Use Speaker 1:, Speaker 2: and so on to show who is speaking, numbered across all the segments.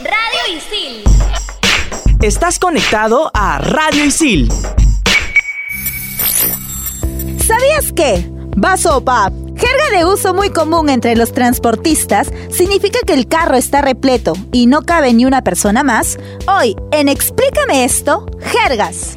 Speaker 1: Radio Isil.
Speaker 2: Estás conectado a Radio Isil.
Speaker 3: ¿Sabías que? Vasopap, jerga de uso muy común entre los transportistas, significa que el carro está repleto y no cabe ni una persona más. Hoy, en Explícame esto, jergas.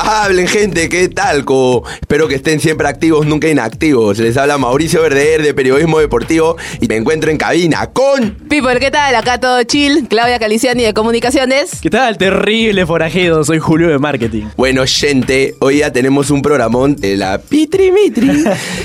Speaker 4: Hablen gente, ¿qué tal? co? Espero que estén siempre activos, nunca inactivos. Les habla Mauricio Verdeer de Periodismo Deportivo y me encuentro en cabina con...
Speaker 5: People, ¿qué tal? Acá todo chill. Claudia Caliciani de Comunicaciones.
Speaker 2: ¿Qué tal? Terrible forajido. Soy Julio de Marketing.
Speaker 4: Bueno, gente, hoy ya tenemos un programón de la Pitri Mitri.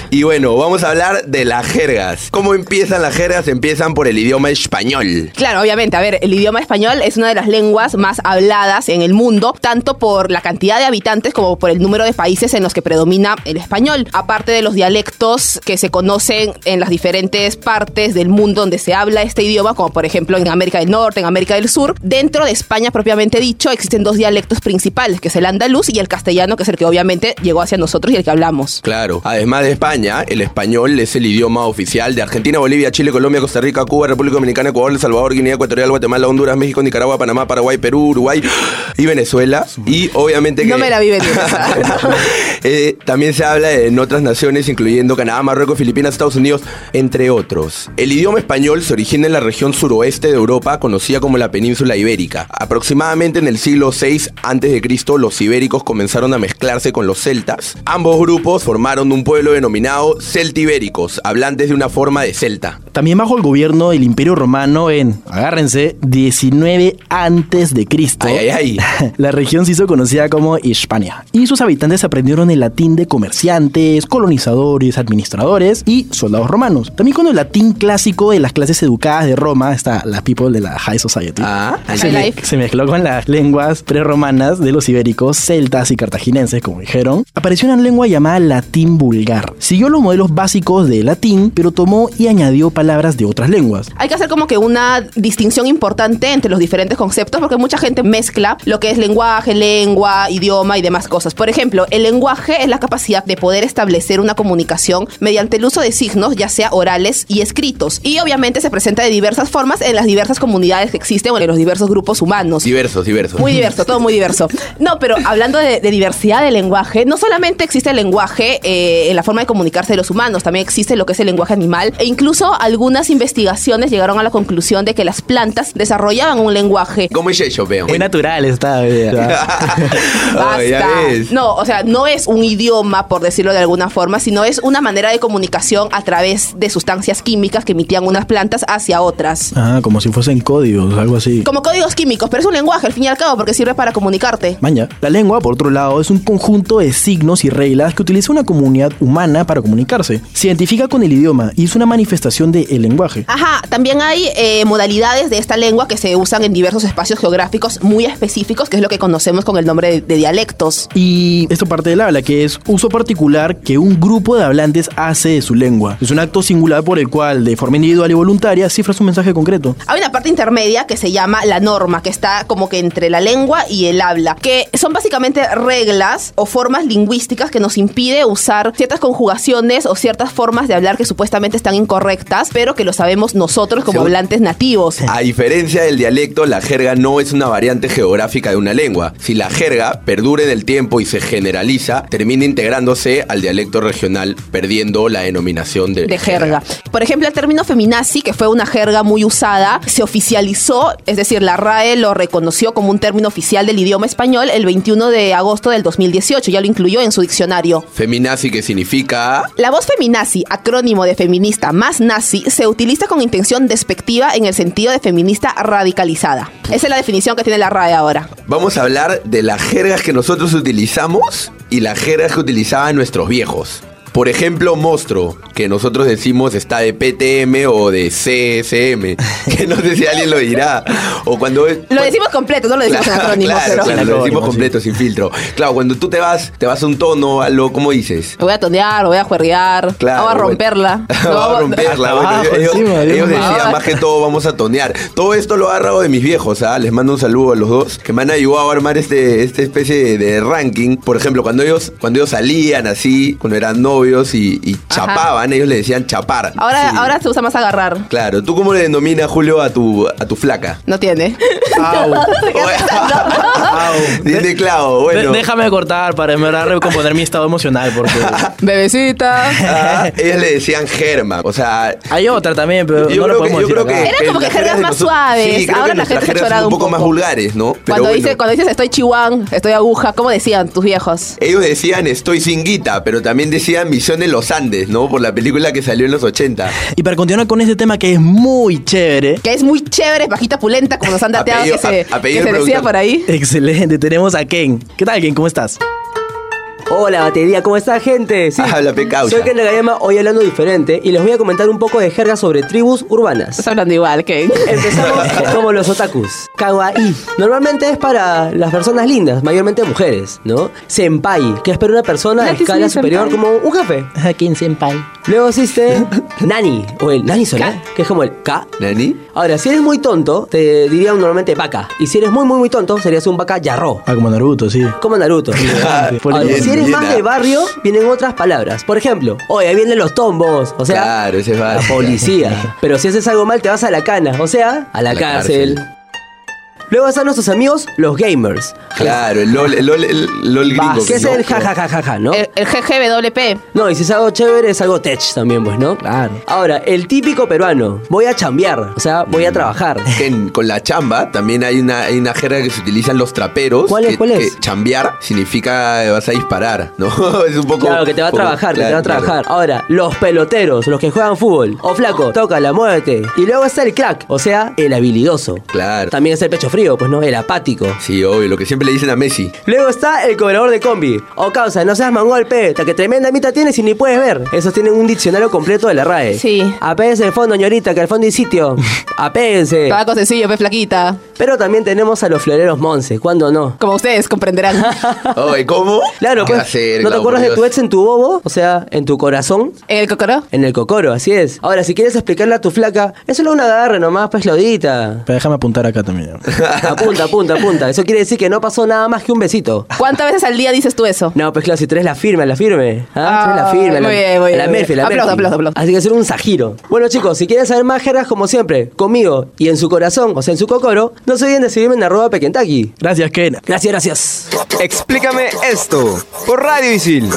Speaker 4: y bueno, vamos a hablar de las jergas. ¿Cómo empiezan las jergas? Empiezan por el idioma español.
Speaker 5: Claro, obviamente, a ver, el idioma español es una de las lenguas más habladas en el mundo, tanto por la cantidad de habitantes como por el número de países en los que predomina el español, aparte de los dialectos que se conocen en las diferentes partes del mundo donde se habla este idioma, como por ejemplo en América del Norte, en América del Sur. Dentro de España, propiamente dicho, existen dos dialectos principales, que es el andaluz y el castellano, que es el que obviamente llegó hacia nosotros y el que hablamos.
Speaker 4: Claro. Además de España, el español es el idioma oficial de Argentina, Bolivia, Chile, Colombia, Costa Rica, Cuba, República Dominicana, Ecuador, El Salvador, Guinea Ecuatorial, Guatemala, Honduras, México, Nicaragua, Panamá, Paraguay, Perú, Uruguay y Venezuela. Y obviamente que...
Speaker 5: No me la vi venir. esa.
Speaker 4: Eh, también se habla en otras naciones, incluyendo Canadá, Marruecos, Filipinas, Estados Unidos, entre otros. El idioma español se origina en la región suroeste de Europa, conocida como la península ibérica. Aproximadamente en el siglo VI a.C., los ibéricos comenzaron a mezclarse con los celtas. Ambos grupos formaron un pueblo denominado celtibéricos, hablantes de una forma de celta.
Speaker 6: También bajo el gobierno del Imperio Romano en, agárrense, 19 antes de Cristo.
Speaker 4: Ay, ay, ay.
Speaker 6: La región se hizo conocida como Hispania y sus habitantes aprendieron el latín de comerciantes, colonizadores, administradores y soldados romanos. También con el latín clásico de las clases educadas de Roma está la people de la high society.
Speaker 4: Ah,
Speaker 6: se,
Speaker 5: High
Speaker 6: me-
Speaker 5: life.
Speaker 6: se mezcló con las lenguas prerromanas de los ibéricos, celtas y cartaginenses, como dijeron. Apareció una lengua llamada latín vulgar. Siguió los modelos básicos de latín, pero tomó y añadió palabras de otras lenguas.
Speaker 5: Hay que hacer como que una distinción importante entre los diferentes conceptos porque mucha gente mezcla lo que es lenguaje, lengua, idioma y demás cosas. Por ejemplo, el lenguaje es la capacidad de poder establecer una comunicación mediante el uso de signos, ya sea orales y escritos. Y obviamente se presenta de diversas formas en las diversas comunidades que existen o en los diversos grupos humanos.
Speaker 4: Diversos, diversos.
Speaker 5: Muy diverso, todo muy diverso. No, pero hablando de, de diversidad de lenguaje, no solamente existe el lenguaje eh, en la forma de comunicarse de los humanos, también existe lo que es el lenguaje animal. E incluso algunas investigaciones llegaron a la conclusión de que las plantas desarrollaban un lenguaje.
Speaker 4: ¿Cómo es eso, veo?
Speaker 6: Muy natural está. ya.
Speaker 4: Ay, Ah, ya
Speaker 5: Basta.
Speaker 4: ves.
Speaker 5: No, o sea, no es un idioma, por decirlo de alguna forma, sino es una manera de comunicación a través de sustancias químicas que emitían unas plantas hacia otras.
Speaker 6: Ah, como si fuesen códigos, algo así.
Speaker 5: Como códigos químicos, pero es un lenguaje al fin y al cabo porque sirve para comunicarte.
Speaker 6: Maña. La lengua, por otro lado, es un conjunto de signos y reglas que utiliza una comunidad humana para comunicarse. Se identifica con el idioma y es una manifestación del lenguaje.
Speaker 5: Ajá, también hay eh, modalidades de esta lengua que se usan en diversos espacios geográficos muy específicos, que es lo que conocemos con el nombre de, de dialectos.
Speaker 6: Y esto parte del habla, que es uso particular que un grupo de hablantes hace de su lengua. Es un acto singular por el cual, de forma individual y voluntaria, cifras un mensaje concreto.
Speaker 5: Hay una parte intermedia que se llama la norma, que está como que entre la lengua y el habla, que son básicamente reglas o formas lingüísticas que nos impide usar ciertas conjugaciones o ciertas formas de hablar que supuestamente están incorrectas, pero que lo sabemos nosotros como
Speaker 4: Según-
Speaker 5: hablantes nativos.
Speaker 4: A diferencia del dialecto, la jerga no es una variante geográfica de una lengua. Si la jerga perdura en el tiempo y se generaliza, termina integrándose al dialecto regional, perdiendo la denominación de,
Speaker 5: de jerga. Por ejemplo, el término feminazi, que fue una jerga muy usada, se oficializó, es decir, la RAE lo reconoció como un término oficial del idioma español el 21 de agosto del 2018, ya lo incluyó en su diccionario.
Speaker 4: Feminazi que significa...
Speaker 5: La voz feminazi, acrónimo de feminista más nazi, se utiliza con intención despectiva en el sentido de feminista radicalizada. Esa es la definición que tiene la RAE ahora.
Speaker 4: Vamos a hablar de las jergas que nosotros utilizamos y las jergas que utilizaban nuestros viejos. Por ejemplo, monstruo, que nosotros decimos está de PTM o de CSM, que no sé si alguien lo dirá. O cuando es-
Speaker 5: Lo decimos completo, no lo decimos en
Speaker 4: Claro,
Speaker 5: acrónimo,
Speaker 4: claro,
Speaker 5: pero.
Speaker 4: claro, lo
Speaker 6: Acrónimo,
Speaker 4: decimos
Speaker 6: sí.
Speaker 4: completo, sin filtro. Claro, cuando tú te vas, te vas a un tono, a lo, ¿cómo dices?
Speaker 5: Lo voy a tonear, lo voy a juerrear,
Speaker 4: Claro,
Speaker 5: voy a
Speaker 4: bueno.
Speaker 5: romperla.
Speaker 4: No, va a romperla. bueno,
Speaker 6: abajo,
Speaker 4: ellos
Speaker 6: encima, Dios
Speaker 4: ellos
Speaker 6: mío.
Speaker 4: decían, más que todo, vamos a tonear. Todo esto lo he agarrado de mis viejos, ¿ah? Les mando un saludo a los dos, que me han ayudado a armar este, esta especie de, de ranking. Por ejemplo, cuando ellos, cuando ellos salían así, cuando eran novios y, y chapaban, ellos le decían chapar.
Speaker 5: Ahora,
Speaker 4: Sí.
Speaker 5: ahora se usa más agarrar.
Speaker 4: Claro, ¿tú cómo le denominas, Julio, a tu, a tu flaca?
Speaker 5: No tiene.
Speaker 2: Ah,
Speaker 4: Dice Clavo, bueno.
Speaker 2: De- déjame cortar para me hará recomponer mi estado emocional porque
Speaker 5: Bebecita.
Speaker 4: Ah, ellos le decían Germa, o sea...
Speaker 2: hay otra también, pero no lo podemos decir. acá.
Speaker 5: Eran como que
Speaker 4: las
Speaker 5: jergas
Speaker 4: jergas de
Speaker 5: más
Speaker 4: nosotros-
Speaker 5: suaves,
Speaker 4: Sí, creo
Speaker 5: ahora
Speaker 4: que
Speaker 5: la
Speaker 4: nuestras
Speaker 5: gente se ha
Speaker 4: jergas son
Speaker 5: chorado
Speaker 4: un
Speaker 5: un
Speaker 4: poco más
Speaker 5: poco.
Speaker 4: vulgares, ¿no? Pero
Speaker 5: cuando,
Speaker 4: bueno.
Speaker 5: dice, cuando dices estoy chihuán, estoy aguja, ¿cómo decían tus viejos?
Speaker 4: Ellos decían estoy sin guita, pero también decían Misión en los Andes, ¿no? Por la película que salió en los 80.
Speaker 6: Y para continuar con este tema que es muy chévere,
Speaker 5: Que es muy chévere, es bajita pulenta, como nos han dateado que
Speaker 4: Apellido-
Speaker 5: se,
Speaker 4: a- apellido
Speaker 5: que se
Speaker 4: de
Speaker 5: decía
Speaker 4: productor.
Speaker 5: por ahí.
Speaker 6: excelente, tenemos a Ken. ¿Qué tal, Ken? ¿Cómo estás?
Speaker 7: Hola batería, ¿cómo está gente? Sí.
Speaker 4: Habla, pe, Ah, causa.
Speaker 7: Soy Ken Nagayama, hoy hablando diferente y les voy a comentar un poco de jerga sobre tribus urbanas.
Speaker 5: Estás hablando igual, que
Speaker 7: Empezamos como los otakus. Kawaii. Normalmente es para las personas lindas, mayormente mujeres, ¿no? Senpai, que es para una persona de
Speaker 5: Gratis,
Speaker 7: escala
Speaker 5: sí,
Speaker 7: superior
Speaker 5: senpai.
Speaker 7: como un jefe.
Speaker 6: Ken Senpai.
Speaker 7: Luego existe Nani, o el Nani sola, que es como el K.
Speaker 4: ¿Nani?
Speaker 7: Ahora, si eres muy tonto, te diría normalmente vaca. Y si eres muy, muy, muy tonto, serías un vaca yarro.
Speaker 6: Ah, como Naruto, sí.
Speaker 7: Como Naruto.
Speaker 4: Por
Speaker 7: Ahora,
Speaker 4: el-
Speaker 7: si eres
Speaker 4: bien,
Speaker 7: más
Speaker 4: ah.
Speaker 7: de barrio, vienen otras palabras. Por ejemplo, oye, ahí vienen los tombos. O sea,
Speaker 4: Claro, ese es
Speaker 7: la
Speaker 4: básica.
Speaker 7: policía. Pero si haces algo mal, te vas a la cana. O sea, a la,
Speaker 4: La
Speaker 7: cárcel.
Speaker 4: cárcel.
Speaker 7: Luego están nuestros amigos, los gamers.
Speaker 4: Claro, el LOL, el LOL, el LOL
Speaker 7: Va,
Speaker 4: gringo.
Speaker 7: que es
Speaker 4: ¿no?
Speaker 7: el jajajajaja, ¿no?
Speaker 5: El, el GGWP.
Speaker 7: No, y si es algo chévere, es algo tech también, pues, ¿no? Claro. Ahora, el típico peruano, voy a chambear. O sea, voy a trabajar.
Speaker 4: Que en- con la chamba también hay una, hay una jerga que se utilizan los traperos.
Speaker 7: ¿Cuál es?
Speaker 4: que-
Speaker 7: ¿Cuál es?
Speaker 4: que chambear significa eh, vas a disparar, ¿no? es un poco.
Speaker 7: Claro, que te va a
Speaker 4: poco-
Speaker 7: trabajar, que te va a
Speaker 4: claro, claro.
Speaker 7: trabajar. Ahora, los peloteros, los que juegan fútbol. O flaco, tócala, muévete. Y luego está el crack, o sea, el habilidoso.
Speaker 4: Claro.
Speaker 7: También está el pecho frío, pues no, el apático.
Speaker 4: Sí, obvio, lo que siempre le dicen a Messi.
Speaker 7: Luego está el cobrador de combi. O causa, no seas mangol, peta, que tremenda mitad tienes y ni puedes ver. Esos tienen un diccionario completo de la RAE.
Speaker 5: Sí.
Speaker 7: Apéguense al fondo, ñorita, que al fondo hay sitio. Apéguense.
Speaker 5: Tabaco sencillo, pe flaquita.
Speaker 7: Pero también tenemos a los floreros Monse, ¿cuándo no?
Speaker 5: Como ustedes comprenderán.
Speaker 4: Oye, ¿cómo?
Speaker 7: Claro,
Speaker 4: ¿Qué
Speaker 7: pues,
Speaker 4: hacer,
Speaker 7: ¿no te
Speaker 4: Gabo,
Speaker 7: acuerdas
Speaker 4: por
Speaker 7: de tu
Speaker 4: Dios?
Speaker 7: ex en tu bobo? O sea, en tu corazón.
Speaker 5: ¿El cocoró?
Speaker 7: En el cocoro, así es. Ahora, si quieres explicarle a tu flaca, es solo una agarre nomás, pues Lodita.
Speaker 6: Pero déjame apuntar acá también.
Speaker 7: Apunta, apunta, apunta. Eso quiere decir que no pasó nada más que un besito.
Speaker 5: ¿Cuántas veces al día dices tú eso?
Speaker 7: No, pues claro, si tú eres la firme, la firme. ¿Ah? tú eres la
Speaker 5: Ah,
Speaker 7: firme, la,
Speaker 5: muy bien, muy bien,
Speaker 7: la
Speaker 5: muy
Speaker 7: Murphy,
Speaker 5: bien.
Speaker 7: la
Speaker 5: Aplauso,
Speaker 7: Murphy.
Speaker 5: aplauso, aplauso.
Speaker 7: Así que hacer un sajiro. Bueno, chicos, si quieren saber más jergas, como siempre, conmigo y en su corazón, o sea, en su cocoro, no se olviden de seguirme en arroba pequentaki.
Speaker 6: Gracias, Ken.
Speaker 7: Gracias, gracias.
Speaker 8: Explícame esto por Radio Isil.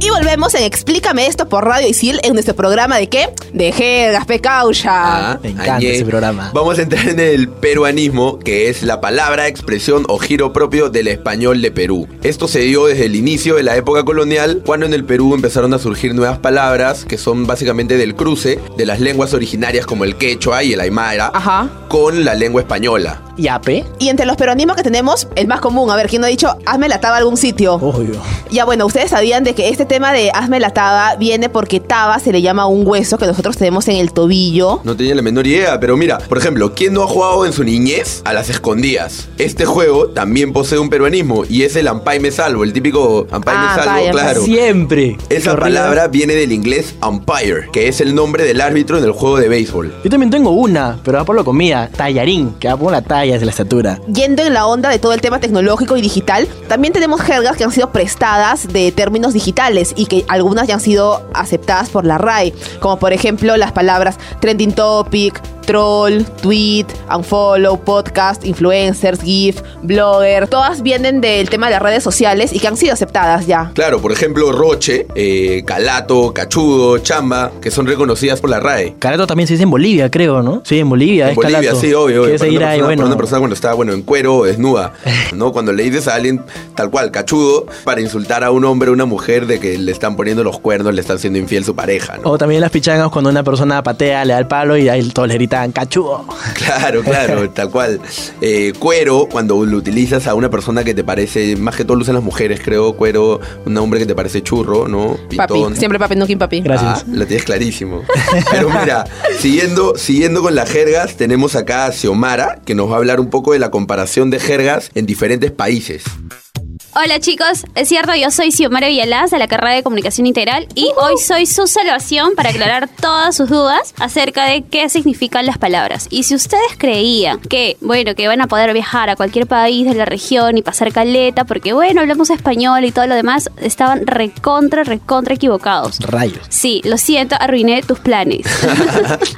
Speaker 5: Y volvemos en Explícame esto por Radio Isil en nuestro programa de qué? De jergas, pecaucha.
Speaker 4: Ah,
Speaker 6: Me encanta
Speaker 4: añé.
Speaker 6: ese programa.
Speaker 4: Vamos a entrar en el peruanismo, que es la palabra, expresión o giro propio del español de Perú. Esto se dio desde el inicio de la época colonial, cuando en el Perú empezaron a surgir nuevas palabras que son básicamente del cruce de las lenguas originarias como el quechua y el aymara
Speaker 5: Ajá.
Speaker 4: con la lengua española.
Speaker 6: Yape.
Speaker 5: Y entre los peronismos que tenemos, el más común, a ver, ¿quién no ha dicho hazme la taba a algún sitio?
Speaker 6: Obvio.
Speaker 5: Ya bueno, ustedes sabían de que este tema de hazme la taba viene porque taba se le llama a un hueso que nosotros tenemos en el tobillo.
Speaker 4: No tenía la menor idea, pero mira, por ejemplo, ¿quién no ha jugado en su niñez a las escondidas? Este juego también posee un peruanismo y es el Ampay me salvo, el típico Ampay
Speaker 5: Ah,
Speaker 4: me salvo,
Speaker 5: ampay, ampay.
Speaker 4: claro.
Speaker 7: Siempre.
Speaker 4: Esa palabra viene del inglés umpire, que es el nombre del árbitro en el juego de béisbol.
Speaker 6: Yo también tengo una, pero va por la comida. Tallarín, que va por la talla, es la estatura.
Speaker 5: Yendo en la onda de todo el tema tecnológico y digital, también tenemos jergas que han sido prestadas de términos digitales y que algunas ya han sido aceptadas por la RAE, como por ejemplo las palabras trending topic, troll, tweet, unfollow, podcast, influencers, GIF, blogger. Todas vienen del tema de las redes sociales y que han sido aceptadas ya.
Speaker 4: Claro, por ejemplo, Roche, eh, Calato, Cachudo, Chamba, que son reconocidas por la RAE.
Speaker 6: Calato también se dice en Bolivia, creo, ¿no? Sí, en Bolivia,
Speaker 4: En
Speaker 6: es
Speaker 4: Bolivia,
Speaker 6: calato.
Speaker 4: sí, obvio.
Speaker 6: Que
Speaker 4: obvio.
Speaker 6: es
Speaker 4: Para
Speaker 6: ir
Speaker 4: una,
Speaker 6: ahí,
Speaker 4: persona, para
Speaker 6: bueno.
Speaker 4: una persona cuando está bueno, en cuero o desnuda, ¿no? Cuando le dices a alguien tal cual, cachudo, para insultar a un hombre o una mujer de que le están poniendo los cuernos, le están siendo infiel su pareja, ¿no?
Speaker 6: O también las pichangas cuando una persona patea, le da el palo y ahí todos le gritan tan cachudo.
Speaker 4: Claro, claro, tal cual. Eh, cuero, cuando lo utilizas a una persona que te parece, más que todo lo usan las mujeres, creo, cuero, un hombre que te parece churro, ¿no?
Speaker 5: Papi,
Speaker 4: Pitón.
Speaker 5: siempre papi, no quien papi.
Speaker 6: Gracias.
Speaker 4: Ah, la tienes clarísimo. Pero mira, siguiendo, siguiendo con las jergas, tenemos acá a Xiomara, que nos va a hablar un poco de la comparación de jergas en diferentes países.
Speaker 1: Hola chicos, es cierto, yo soy Xiomara Villalaz de la carrera de Comunicación Integral y hoy soy su salvación para aclarar todas sus dudas acerca de qué significan las palabras. Y si ustedes creían que, bueno, que van a poder viajar a cualquier país de la región y pasar caleta porque, bueno, hablamos español y todo lo demás, estaban recontra, recontra equivocados.
Speaker 6: Rayos.
Speaker 1: Sí, lo siento, arruiné tus planes.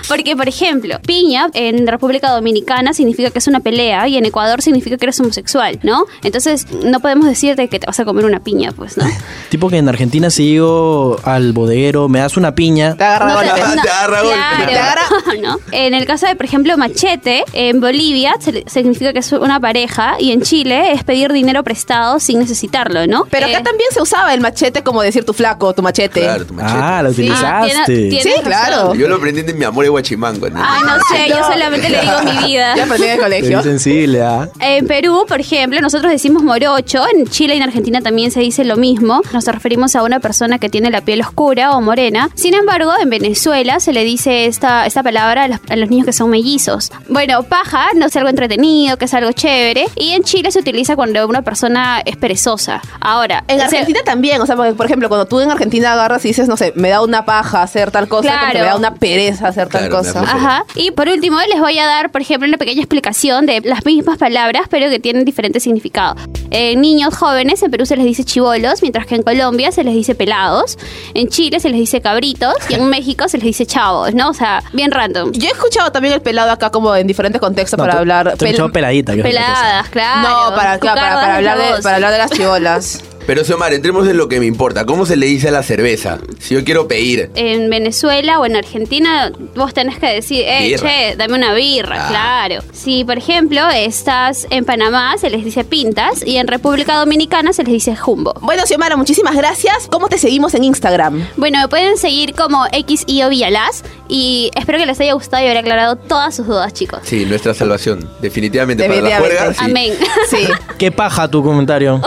Speaker 1: Porque, por ejemplo, piña en República Dominicana significa que es una pelea y en Ecuador significa que eres homosexual, ¿no? Entonces, no podemos decirte que te vas a comer una piña, pues, ¿no?
Speaker 6: Tipo que en Argentina si digo al bodeguero, me das una piña.
Speaker 5: Te agarra
Speaker 1: No
Speaker 5: golpe.
Speaker 1: sé, no,
Speaker 4: te agarra golpe.
Speaker 1: claro,
Speaker 5: Te agarra-
Speaker 1: ¿no? En el caso de, por ejemplo, machete, en Bolivia se- significa que es una pareja y en Chile es pedir dinero prestado sin necesitarlo, ¿no?
Speaker 5: Pero acá
Speaker 1: Eh,
Speaker 5: también se usaba el machete como decir tu flaco, tu machete.
Speaker 4: Claro, tu machete.
Speaker 6: Ah, la
Speaker 1: ah,
Speaker 6: utilizaste.
Speaker 1: tiene- tienes
Speaker 5: Sí,
Speaker 1: razón.
Speaker 5: claro.
Speaker 4: Yo lo aprendí de mi amor de Guachimango. ¿no?
Speaker 1: Ay, no sé, yo solamente le digo mi vida.
Speaker 5: Ya aprendí en el
Speaker 6: Te vi
Speaker 5: colegio.
Speaker 6: sensible, ¿ah?
Speaker 1: Eh, En Perú, por ejemplo, nosotros decimos morocho, en Chile y en Argentina también se dice lo mismo, nos referimos a una persona que tiene la piel oscura o morena. Sin embargo, en Venezuela se le dice esta, esta palabra a los, a los niños que son mellizos. Bueno, paja no es algo entretenido, que es algo chévere, y en Chile se utiliza cuando una persona es perezosa. Ahora,
Speaker 5: En
Speaker 1: se-
Speaker 5: Argentina también, o sea, porque, por ejemplo, cuando tú en Argentina agarras y dices, no sé, me da una paja hacer tal cosa, como que
Speaker 1: Claro.
Speaker 5: me da una pereza hacer tal
Speaker 4: Claro, me da
Speaker 5: cosa.
Speaker 4: flojera.
Speaker 1: Ajá. Y por último, les voy a dar, por ejemplo, una pequeña explicación de las mismas palabras, pero que tienen diferente significado. Eh, niños jóvenes, en Perú se les dice chivolos, mientras que en Colombia se les dice pelados, en Chile se les dice cabritos y en México se les dice chavos, ¿no? O sea, bien random.
Speaker 5: Yo he escuchado también el pelado acá como en diferentes contextos
Speaker 6: No,
Speaker 5: para
Speaker 6: te-
Speaker 5: hablar.
Speaker 6: Te he
Speaker 5: pel-
Speaker 6: escuchado peladita. que es otra cosa.
Speaker 1: Peladas, claro.
Speaker 5: No, para, claro, para,
Speaker 1: Cucardas
Speaker 5: para
Speaker 1: es la
Speaker 5: hablar de,
Speaker 1: voz.
Speaker 5: para hablar de las chivolas.
Speaker 4: Pero Xiomara, entremos en lo que me importa. ¿Cómo se le dice a la cerveza? Si yo quiero pedir.
Speaker 1: En Venezuela o en Argentina, vos tenés que decir, eh,
Speaker 4: Birra.
Speaker 1: che, dame una birra,
Speaker 4: Ah.
Speaker 1: claro. Si, por ejemplo, estás en Panamá, se les dice pintas y en República Dominicana se les dice jumbo.
Speaker 5: Bueno, Xiomara, muchísimas gracias. ¿Cómo te seguimos en Instagram?
Speaker 1: Bueno, me pueden seguir como XIO Villalaz y espero que les haya gustado y haber aclarado todas sus dudas, chicos.
Speaker 4: Sí, nuestra salvación. Definitivamente,
Speaker 5: Definitivamente.
Speaker 4: para la juerga. sí.
Speaker 1: Amén.
Speaker 5: Sí.
Speaker 6: Qué paja tu comentario.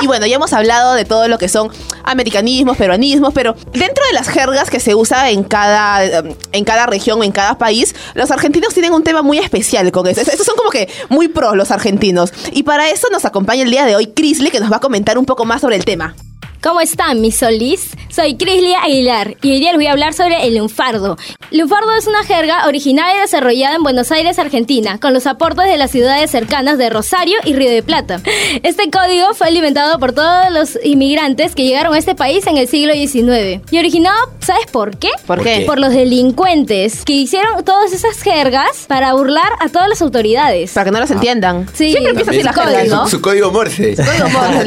Speaker 5: Y bueno, ya hemos hablado de todo lo que son americanismos, peruanismos, pero dentro de las jergas que se usa en cada, em, en cada región o en cada país, los argentinos tienen un tema muy especial con eso. Es- Estos son como que muy pros los argentinos. Y para eso nos acompaña el día de hoy Crisley, que nos va a comentar un poco más sobre el tema.
Speaker 9: ¿Cómo están, mis solis? Soy Crisley Aguilar y hoy día les voy a hablar sobre el lunfardo. Lunfardo es una jerga original y desarrollada en Buenos Aires, Argentina, con los aportes de las ciudades cercanas de Rosario y Río de Plata. Este código fue alimentado por todos los inmigrantes que llegaron a este país en el siglo XIX. Y originado, ¿sabes por qué?
Speaker 5: ¿Por qué?
Speaker 9: Por los delincuentes que hicieron todas esas jergas para burlar a todas las autoridades.
Speaker 5: Para que no los entiendan.
Speaker 9: Sí,
Speaker 5: Siempre empieza así la
Speaker 9: También.
Speaker 5: jerga, ¿no?
Speaker 4: Su, su código Morse.
Speaker 5: Código Morse,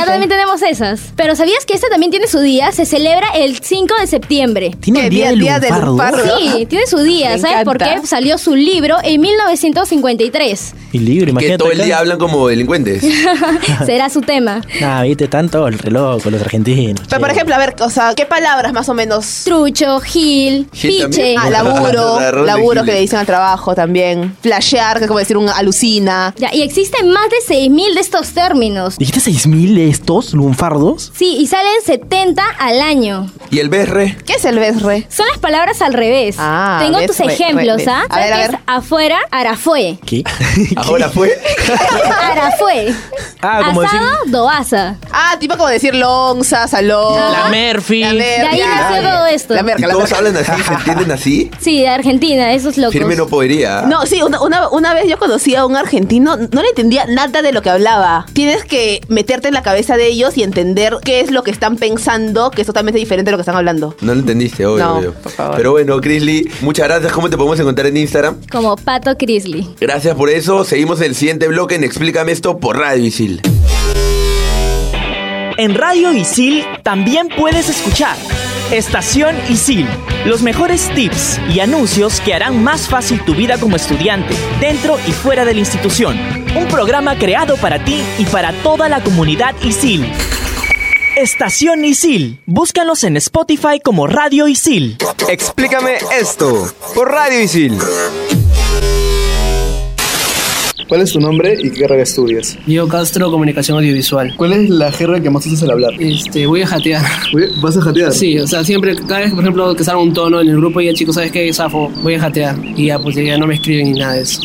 Speaker 9: Acá también tenemos esas. Pero ¿sabías que esta también tiene su día? Se celebra el 5 de septiembre.
Speaker 6: Tiene
Speaker 5: Qué
Speaker 6: un día,
Speaker 5: día-
Speaker 6: del
Speaker 5: día del
Speaker 6: lunfardo.
Speaker 5: lunfardo.
Speaker 9: Sí, tiene su día.
Speaker 5: Me
Speaker 9: ¿Sabes por
Speaker 5: encanta.
Speaker 9: qué? Salió su libro en 1953.
Speaker 6: Y libre, imagínate.
Speaker 4: Que todo el
Speaker 6: acá.
Speaker 4: día hablan como delincuentes.
Speaker 9: Será su tema.
Speaker 6: Nah, viste, tanto el reloj con los argentinos.
Speaker 5: Pero, por
Speaker 6: che.
Speaker 5: ejemplo, a ver, o sea, ¿qué palabras más o menos?
Speaker 9: Trucho, Gil,
Speaker 4: Gil
Speaker 9: Piche.
Speaker 4: también.
Speaker 5: Ah,
Speaker 4: La
Speaker 5: laburo,
Speaker 4: ronda
Speaker 5: laburo
Speaker 4: de
Speaker 5: que le dicen al trabajo también. Flashear, que es como decir un alucina.
Speaker 9: Ya, y existen más de 6.000 de estos términos.
Speaker 6: ¿Dijiste 6.000 de estos lunfardos?
Speaker 9: Sí, y salen 70 al año.
Speaker 4: ¿Y el BR?
Speaker 5: ¿Qué es el besre?
Speaker 9: Son las palabras al revés.
Speaker 5: Ah,
Speaker 9: Tengo
Speaker 5: ves,
Speaker 9: tus
Speaker 5: re- re-
Speaker 9: ejemplos,
Speaker 5: ves.
Speaker 9: ¿ah?
Speaker 5: A ver,
Speaker 9: ¿Sabes
Speaker 5: a
Speaker 9: qué es
Speaker 5: ver.
Speaker 9: Afuera, Arafue.
Speaker 6: ¿Qué?
Speaker 4: ¿Ahora fue?
Speaker 9: Arafue.
Speaker 6: Ah, como
Speaker 9: Asado,
Speaker 6: decir-
Speaker 9: Doaza.
Speaker 5: Ah, tipo como decir lonza, salón.
Speaker 6: La Murphy.
Speaker 5: La
Speaker 9: De ahí
Speaker 5: merca.
Speaker 9: nació todo esto.
Speaker 5: La
Speaker 4: ¿Y
Speaker 5: merca, la
Speaker 4: todos
Speaker 5: merca.
Speaker 4: hablan así? ¿Se entienden así?
Speaker 9: Sí, de Argentina, esos locos.
Speaker 4: Firme no podría.
Speaker 5: No, sí, una, una- una vez yo conocí a un argentino, no le entendía nada de lo que hablaba. Tienes que meterte en la cabeza de ellos y entender qué es lo que están pensando, que es totalmente diferente de lo que están hablando.
Speaker 4: No lo entendiste, obvio.
Speaker 5: No,
Speaker 4: obvio.
Speaker 5: por favor.
Speaker 4: Pero bueno, Chrisley, muchas gracias. ¿Cómo te podemos encontrar en Instagram?
Speaker 9: Como Pato Crisley.
Speaker 4: Gracias por eso. Seguimos en el siguiente bloque en Explícame esto por Radio Isil.
Speaker 10: En Radio Isil también puedes escuchar Estación Isil, los mejores tips y anuncios que harán más fácil tu vida como estudiante, dentro y fuera de la institución. Un programa creado para ti y para toda la comunidad Isil. Estación Isil. Búscanos en Spotify como Radio Isil.
Speaker 7: Explícame esto por Radio Isil.
Speaker 11: ¿Cuál es tu nombre y qué carrera estudias?
Speaker 12: Diego Castro, comunicación audiovisual.
Speaker 11: ¿Cuál es la jerga que más usas al hablar?
Speaker 12: Este, voy a jatear.
Speaker 11: ¿Vas a jatear?
Speaker 12: Sí, o sea, siempre, cada vez, por ejemplo, que salga un tono en el grupo y el chico, ¿sabes qué? Zafo, voy a jatear. Y ya, pues ya no me escriben ni nada de eso.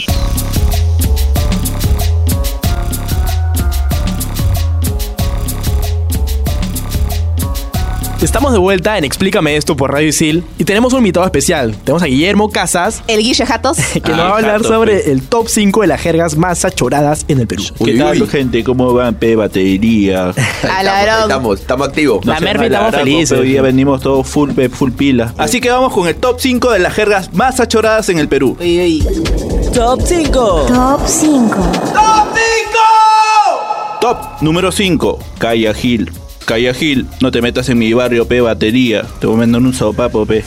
Speaker 6: Estamos de vuelta en Explícame esto por Radio Isil y tenemos un invitado especial. Tenemos a Guillermo Casas,
Speaker 5: El Guille Jatos.
Speaker 13: Ah,
Speaker 6: que nos va a hablar sobre el top 5 de las jergas más achoradas en el Perú.
Speaker 13: pues. ¿Qué tal, gente? ¿Cómo van, pe? Batería.
Speaker 4: Ahí Estamos, estamos activos.
Speaker 13: No se alaramos, pe, Hoy día venimos todos full, pe, full pila. Así que vamos con el top 5 de las jergas más achoradas en el Perú.
Speaker 10: Top 5.
Speaker 1: Top 5.
Speaker 13: Top número 5, Calla Gil. Calla Gil, no te metas en mi barrio, pe, batería. Te voy a mandar un sopapo, pe.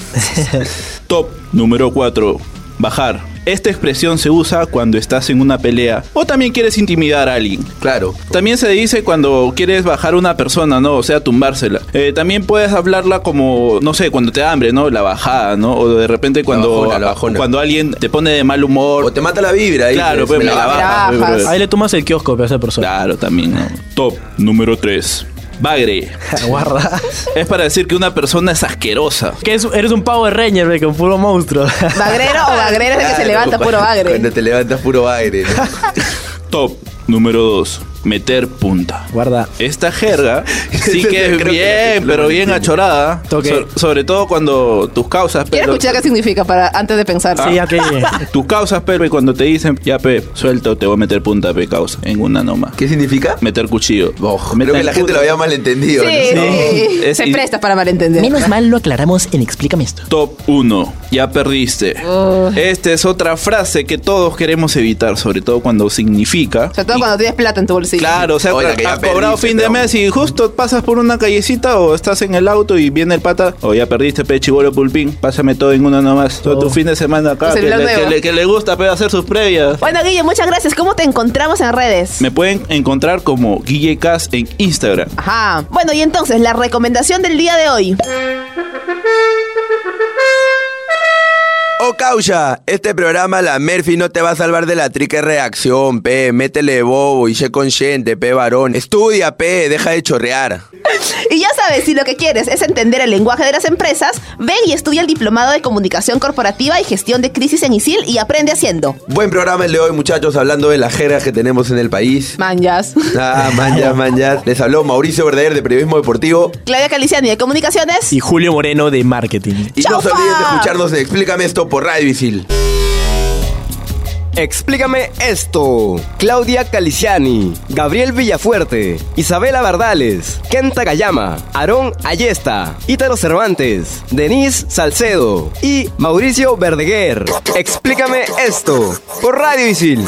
Speaker 13: Top número 4, bajar. Esta expresión se usa cuando estás en una pelea o también quieres intimidar a alguien. Claro. También se dice cuando quieres bajar una persona, ¿no? O sea, tumbársela. Eh, también puedes hablarla como, no sé, cuando te da hambre, ¿no? La bajada, ¿no? O de repente cuando,
Speaker 4: bajona, la bajona.
Speaker 13: cuando alguien te pone de mal humor. O
Speaker 4: te mata la vibra ahí,
Speaker 13: Claro,
Speaker 4: pues,
Speaker 13: pe,
Speaker 4: me
Speaker 13: la
Speaker 4: la
Speaker 13: baja, pe, brother.
Speaker 6: Ahí le tomas el kiosco pe, a esa persona.
Speaker 13: Claro, también. Top número 3. Bagre.
Speaker 6: Guarda.
Speaker 13: Es para decir que una persona es asquerosa.
Speaker 6: Que es- eres un Power Ranger, ve, con puro monstruo.
Speaker 5: Bagrero o bagrero es el que se
Speaker 4: Ah,
Speaker 13: Claro,
Speaker 5: levanta puro bagre.
Speaker 4: Cuando te levantas puro bagre. ¿no?
Speaker 13: Top número 2. Meter punta.
Speaker 6: Guarda.
Speaker 13: Esta jerga sí
Speaker 4: Creo
Speaker 13: que es
Speaker 4: que la-
Speaker 13: bien,
Speaker 4: la
Speaker 13: pero bien
Speaker 4: entiendo.
Speaker 13: achorada.
Speaker 4: Toque.
Speaker 13: So- sobre todo cuando tus causas,
Speaker 5: Quiero
Speaker 13: pero-
Speaker 5: escuchar qué significa para antes de pensar.
Speaker 13: Ah. Tus causas, pero y cuando te dicen, ya, pe, suelto, te voy a meter punta, pe, causa, en una nomás. ¿Qué
Speaker 4: significa?
Speaker 13: Meter cuchillo.
Speaker 4: Oh, Creo que la gente lo había malentendido. ¿no?
Speaker 5: Sí, sí.
Speaker 13: Es
Speaker 5: se
Speaker 13: i-
Speaker 5: presta para malentender.
Speaker 6: mal lo aclaramos en Explícame esto.
Speaker 13: Top 1. Ya perdiste. Esta es otra frase que todos queremos evitar, sobre todo cuando significa.
Speaker 5: Sobre todo cuando tienes plata en tu bolsillo.
Speaker 13: Claro, o sea,
Speaker 4: Oye,
Speaker 13: tra-
Speaker 4: que ya
Speaker 13: has cobrado
Speaker 4: perdiste,
Speaker 13: fin de
Speaker 4: pero-
Speaker 13: mes y justo pasas por una callecita o estás en el auto y viene el pata, o ya perdiste, pe, chibolo pulpín, pásame todo en una nomás. Todo tu fin de semana acá,
Speaker 5: Tu
Speaker 13: que
Speaker 5: Oh. celular
Speaker 13: le,
Speaker 5: nuevo.
Speaker 13: que le- que le gusta, pe, hacer sus previas.
Speaker 5: Bueno, Guille, muchas gracias. ¿Cómo te encontramos en redes?
Speaker 13: Me pueden encontrar como Guille Cas en Instagram.
Speaker 5: Ajá. Bueno, y entonces, la recomendación del día de hoy.
Speaker 4: Oh, causa, este programa La Murphy no te va a salvar de la trique reacción, pe. Métele bobo y sé consciente, pe, varón. Estudia, pe, deja de chorrear.
Speaker 5: Y ya sabes, si lo que quieres es entender el lenguaje de las empresas, ven y estudia el Diplomado de Comunicación Corporativa y Gestión de Crisis en ISIL y aprende haciendo.
Speaker 4: Buen programa el de hoy, muchachos, hablando de las jergas que tenemos en el país.
Speaker 5: Manjas.
Speaker 4: Ah, manjas, manjas. Les habló Mauricio Verdader de Periodismo Deportivo.
Speaker 5: Claudia Caliciani de Comunicaciones.
Speaker 6: Y Julio Moreno de Marketing.
Speaker 4: Y no se olviden de escucharnos en Explícame esto por Radio Isil.
Speaker 7: Explícame esto.
Speaker 4: Oh.
Speaker 7: Claudia Caliciani, Gabriel Villafuerte, Isabela Bardales, Kenta Gayama, Aarón Ayesta, Ítalo Cervantes, Denise Salcedo y Mauricio Verdeguer. Explícame esto por Radio Isil.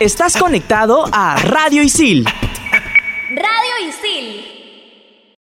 Speaker 10: Estás conectado a Radio Isil.
Speaker 1: Radio Isil.